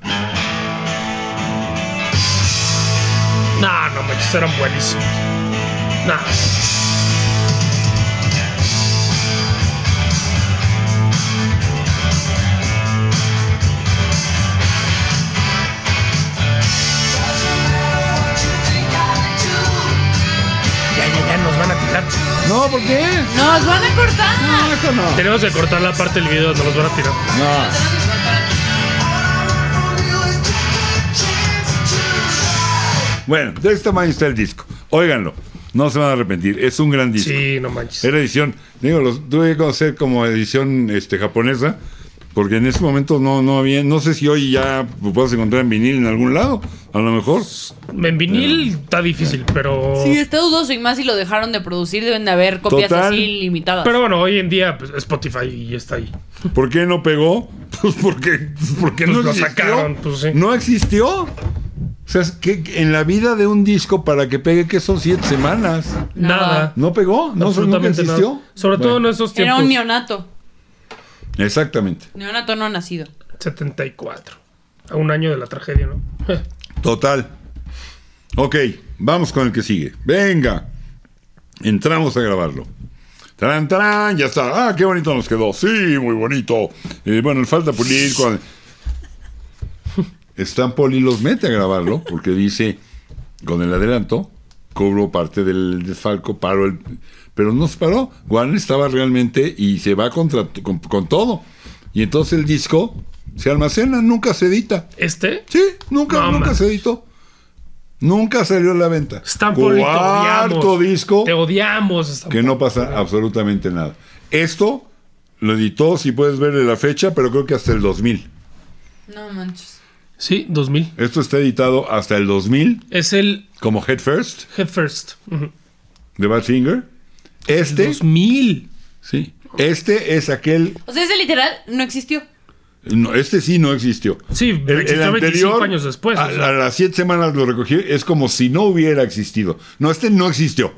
No, no manches, eran buenísimos. No. Ya, ya, ya nos van a tirar.
no, ¿por qué?
¡Nos van a cortar!
No, esto no.
Tenemos que cortar la parte del video donde nos van a tirar.
No. Bueno, de este tamaño está el disco. Óiganlo, no se van a arrepentir. Es un gran disco.
Sí, no manches.
Era edición, digo, los tuve que conocer como edición este, japonesa, porque en ese momento no, no había, no sé si hoy ya lo puedes encontrar en vinil en algún lado, a lo mejor.
En vinil está difícil, pero.
Sí, está dudoso y más si lo dejaron de producir deben de haber copias
Total.
así limitadas.
Pero bueno, hoy en día pues, Spotify y está ahí.
¿Por qué no pegó? <laughs> Pues porque, porque
Pues
no
lo
existió.
sacaron, pues sí.
No existió. O sea, es que en la vida de un disco para que pegue, que son siete semanas.
Nada.
Nada.
No pegó, no nunca
absolutamente nada.
existió.
Sobre todo en
Bueno,
esos
Era
tiempos.
un neonato.
Exactamente.
Neonato no nacido.
74. A un año de la tragedia, ¿no?
Total. Ok, vamos con el que sigue. Venga. Entramos a grabarlo. Tarán, tarán, ya está. Ah, qué bonito nos quedó. Sí, muy bonito. Eh, bueno, le falta pulir. cuando- Stan Poli los mete a grabarlo porque dice, con el adelanto, cobro parte del desfalco, paro el... Pero no se paró. Warner estaba realmente y se va contra, con, con todo. Y entonces el disco se almacena, nunca se edita.
Este.
Sí, nunca,
No,
nunca
man.
se editó. Nunca salió a la venta.
Stan Poli, te
Cuarto
odiamos.
disco
Te odiamos. Stan
que
Poli.
no pasa absolutamente nada. Esto lo editó, si puedes verle la fecha, pero creo que hasta el 2000.
No manches.
Sí, 2000.
Esto está editado hasta el 2000
Es el
como Head First
Head First. Ujú.
de Bad Singer. Este,
2000.
sí. Este es aquel.
O sea, ese literal no existió.
no, este sí no existió.
Sí, existió 25 años después,
A,
o sea.
a las siete semanas lo recogí. Es como si no hubiera existido. No, este no existió.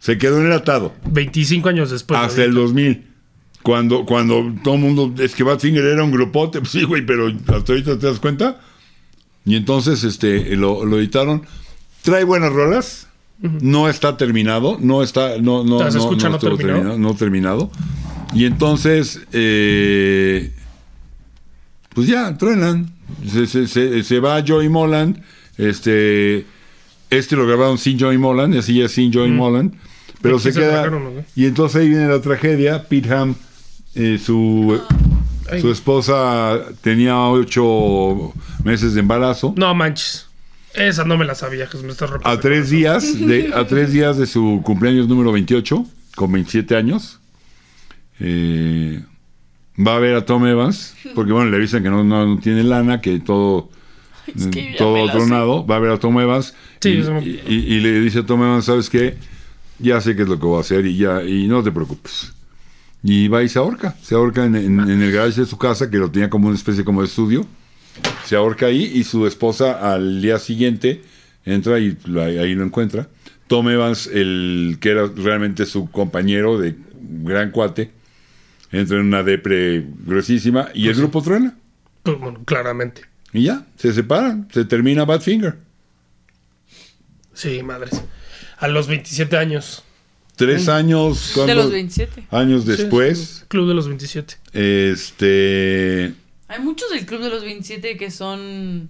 Se quedó enlatado.
25 años después.
Ah, hasta el 2000. Cuando, cuando todo el mundo, es que Badfinger era un grupote, <laughs> pues sí, güey, pero hasta ahorita te das cuenta. Y entonces este, lo, lo editaron. Trae buenas rolas, no está terminado, no está, no, no,
Se
no,
escucha no
estuvo
terminado.
no terminado. Y entonces, eh, pues ya, truenan. Se, se, se- se va Joey Moland, este, este lo grabaron sin Joey Moland, y así ya sin Joey Moland, pero
Aquí
se
se
queda.
sacaron, ¿no?
y entonces ahí viene la tragedia. Pete Ham, eh, su,
Ah,
Ay.
su esposa tenía ocho meses de embarazo.
No manches. Esa no me la sabía, que me estás rompiendo.
A tres días de, a tres días de su cumpleaños número 28, con 27 años, eh, va a ver a Tom Evans, porque bueno, le dicen que no, no- no tiene lana, que todo,
Es que ya me
todo
la
tronado, va a ver a Tom Evans
Sí,
y,
eso me-
y- y- y le dice a Tom Evans, ¿sabes qué? Ya sé qué es lo que voy a hacer y ya, y no te preocupes. Y va y se ahorca, se ahorca en, en- en el garage de su casa, que lo tenía como una especie como de estudio, se ahorca ahí y su esposa al día siguiente entra y lo- ahí ahí lo encuentra. Tom Evans, el que era realmente su compañero de gran cuate, entra en una depre gruesísima y el grupo truena.
Pues, bueno, claramente.
Y ya, se separan, se termina Badfinger.
Sí, madres. A los 27 años.
Tres años,
De
¿cuándo?
los 27.
años
Sí,
después,
sí, Club de los 27.
este,
Hay muchos del club de los 27 que son.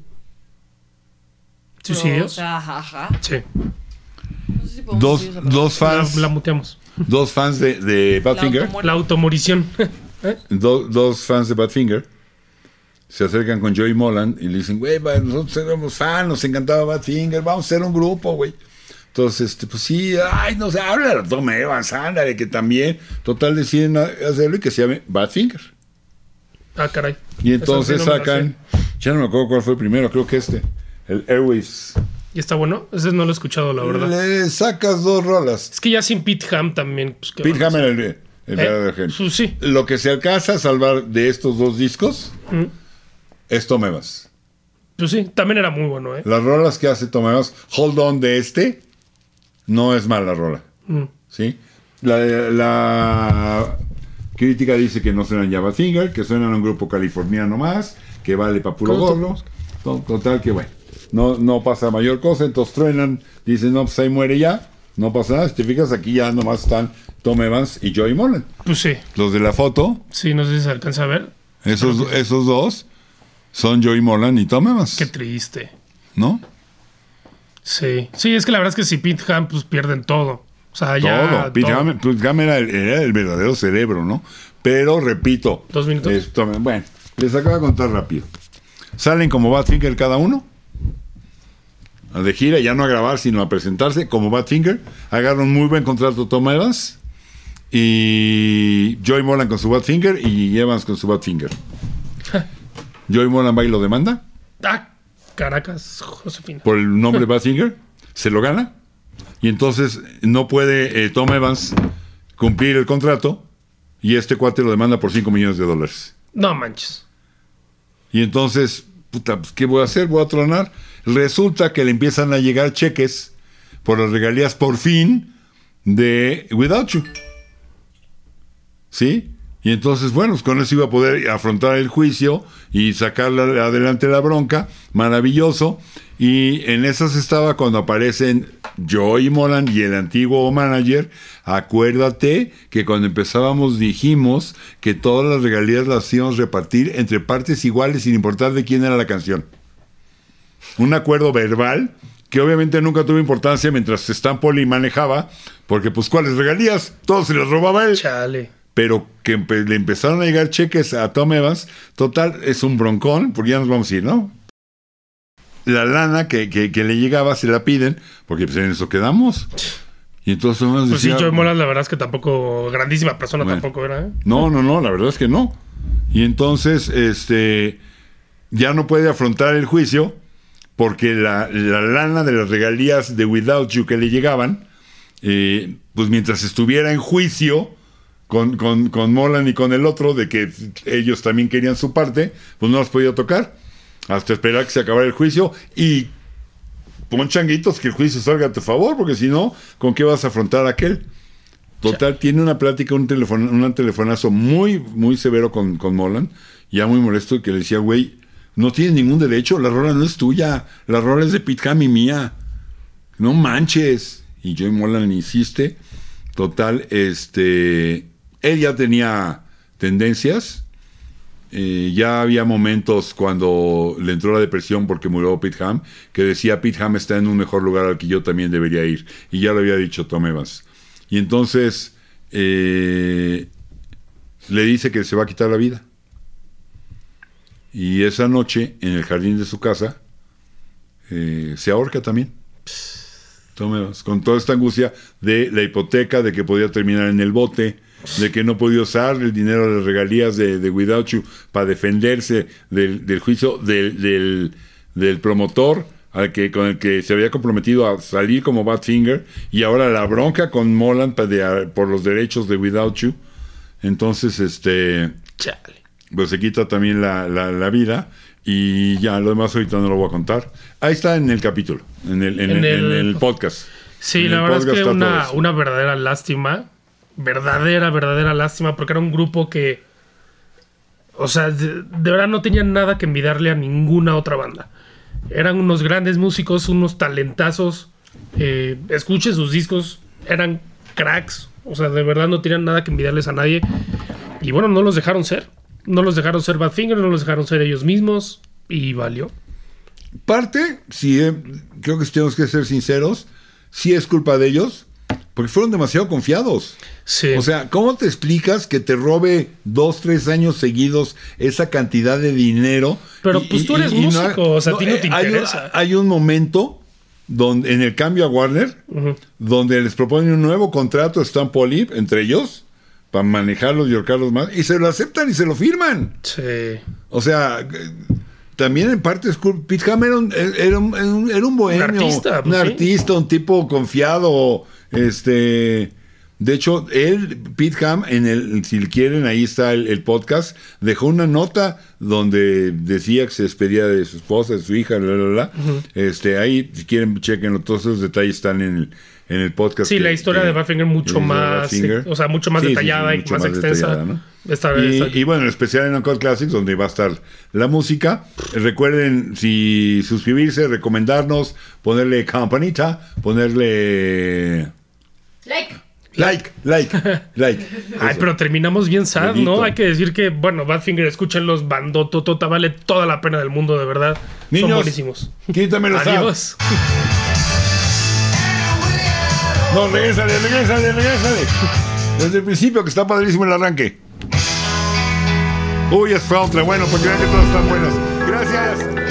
¿Suicidios?
pros, ajá, ajá.
Sí.
No sé si podemos
dos,
decir esa palabra.
dos
La,
fans,
la muteamos.
dos fans de, de
La
Badfinger,
automor-
La automorición. <laughs> ¿Eh?
do- dos fans de Badfinger, se acercan con Joey Molan y le dicen, güey, va, nosotros éramos fans, nos encantaba Badfinger, vamos a ser un grupo, güey. Entonces, este, pues sí, ay, no sé, háblale, toma Evans, ándale, que también, total, deciden a- hacerlo y que se llame Badfinger.
Ah, caray.
Y
Esa
entonces
sí no me la
sacan, ya no me acuerdo cuál fue el primero, creo que este, el Airways.
sé. ¿Y está bueno? Ese no lo he escuchado, la verdad.
Le sacas dos rolas.
Es que ya sin Pete Ham también. Pues, ¿qué
Pete
van a
Hammer, el, el
hacer?
verdadero
Eh,
genio.
pues, sí.
Lo que se alcanza a salvar de estos dos discos
Mm.
es Tomevas.
Pues sí, también era muy bueno, ¿eh?
Las rolas que hace Tomevas, Hold On de este, no es mala rola.
Mm.
¿sí? La, la crítica dice que no suenan Java Finger, que suenan a un grupo californiano más, que vale para puro
Correcto.
gorro. To- Total, que bueno. No, no pasa mayor cosa, entonces truenan, dicen, no, pues ahí muere ya, no pasa nada. Si te fijas, aquí ya nomás están Tom Evans y Joey Mullen.
Pues sí.
Los de la foto,
Sí, no sé si se alcanza a ver.
esos, esos dos, son Joey Mullen y Tom Evans,
Qué triste.
¿no?
Sí. Sí, es que la verdad es que si Pete Ham, pues pierden todo. O sea, ya.
todo. Pete Gamm- Pete Gamm era, el, era el verdadero cerebro, ¿no? Pero repito.
Dos minutos.
es- tomen- bueno, les acabo de contar rápido. Salen como Badfinger cada uno. A de gira, ya no a grabar, sino a presentarse como Badfinger. Agarran muy buen contrato Tom Evans. Y Joy Molan con su Badfinger y Evans con su
<laughs>
Badfinger. Joy Molan va y lo demanda
Ah, Caracas, Josefina.
por el nombre Badfinger, se lo gana. Y entonces no puede eh, Tom Evans cumplir el contrato y este cuate lo demanda por 5 millones de dólares.
No manches.
Y entonces, puta, pues, ¿qué voy a hacer? Voy a tronar. Resulta que le empiezan a llegar cheques por las regalías por fin de Without You. ¿Sí? Y entonces, bueno, pues, con eso iba a poder afrontar el juicio y sacarle adelante la bronca. Maravilloso. Y en esas estaba cuando aparecen Joey Molan y el antiguo manager. Acuérdate que cuando empezábamos dijimos que todas las regalías las íbamos a repartir entre partes iguales sin importar de quién era la canción. Un acuerdo verbal que obviamente nunca tuvo importancia mientras Stampoli manejaba, porque pues cuáles regalías, todos se las robaba él
Chale.
pero que empe- le empezaron a llegar cheques a Tom Evans. Total, es un broncón, porque ya nos vamos a ir, ¿no? La lana que, que- que le llegaba se la piden, porque pues en eso quedamos. Y entonces Tom Evans
Pues sí,
decía,
Joey Molas, la verdad es que tampoco. Grandísima persona
Bueno.
tampoco era, ¿eh?
No, no, no, la verdad es que no. Y entonces, este, ya no puede afrontar el juicio, porque la, la lana de las regalías de Without You que le llegaban, eh, pues mientras estuviera en juicio con, con, con Molan y con el otro, de que ellos también querían su parte, pues no las podía tocar hasta esperar que se acabara el juicio y pon changuitos que el juicio salga a tu favor, porque si no, ¿con qué vas a afrontar aquel? Total, tiene una plática, un, teléfono, un telefonazo muy, muy severo con, con Molan, ya muy molesto, que le decía, güey, no tienes ningún derecho, la rola no es tuya, la rola es de Pete Ham y mía, no manches. Y Joey Molan insiste, total, este, él ya tenía tendencias, eh, ya había momentos cuando le entró la depresión porque murió Pete Ham, que decía Pete Ham está en un mejor lugar al que yo también debería ir. Y ya lo había dicho Tom Evans. Y entonces eh, le dice que se va a quitar la vida. Y esa noche, en el jardín de su casa, eh, se ahorca también. Tom Evans, con toda esta angustia de la hipoteca, de que podía terminar en el bote, de que no podía usar el dinero de las regalías de, de Without You para defenderse del, del juicio del, del- del promotor al que, con el que se había comprometido a salir como Badfinger y ahora la bronca con Molan pa- de- por los derechos de Without You. Entonces, este,
Chale.
pues se quita también la, la- la vida. Y ya, lo demás ahorita no lo voy a contar. Ahí está en el capítulo, en el, en
En
el- en
el-
el podcast.
Sí,
En
la
el
verdad es
podcast
que
está todo
una,
eso.
una verdadera lástima. Verdadera, verdadera lástima, porque era un grupo que. O sea, de, de verdad no tenían nada que envidiarle a ninguna otra banda. Eran unos grandes músicos, unos talentazos. eh, escuchen sus discos, eran cracks. O sea, de verdad no tenían nada que envidiarles a nadie. Y bueno, no los dejaron ser. No los dejaron ser Badfinger, no los dejaron ser ellos mismos. Y valió.
Parte, sí, eh, creo que tenemos que ser sinceros, sí es culpa de ellos, porque fueron demasiado confiados.
Sí.
O sea, ¿cómo te explicas que te robe dos, tres años seguidos esa cantidad de dinero?
Pero, pues, tú eres
no-
músico, o sea, a ti no te
eh, hay un-
interesa.
Hay un, momento donde, en el cambio a Warner
Ujú.
donde les proponen un nuevo contrato, están Polip, entre ellos, para manejarlos y ahorcarlos más, y se lo aceptan y se lo firman.
Sí.
O sea, eh, también en parte es cul- Pete Ham era un, era un- era un- era un bohemio,
Un artista,
un,
pues, sí.
artista, un tipo confiado. Este, de hecho, él, Pete Ham, en el, si quieren, ahí está el, el podcast, dejó una nota donde decía que se despedía de su esposa, de su hija, bla, bla, bla. Este, ahí, si quieren, chequenlo, todos esos detalles están en el, en el podcast.
Sí,
que-
la historia
que-
de Badfinger
la historia
mucho
de
más,
Badfinger.
o sea, mucho más
Sí, sí, sí,
detallada y
mucho
más, extensa.
detallada, ¿no?
Esta vez.
Y, y bueno, en especial en Encore Classics, donde va a estar la música. Recuerden si suscribirse, recomendarnos, ponerle campanita, ponerle
Like.
like, like, like.
<laughs> Ay,
Eso.
pero terminamos bien sad,
Bonito.
¿no? Hay que decir que, bueno, Badfinger, escúchenlos, bandototota, vale toda la pena del mundo, de verdad.
Niños,
Son buenísimos.
Quítame los ads.
Adiós.
No, regrésale, regrésale, regrésale. Desde el principio, que está padrísimo el arranque. pues, Uy, es otra Bueno, porque vean que todos están buenos. Gracias.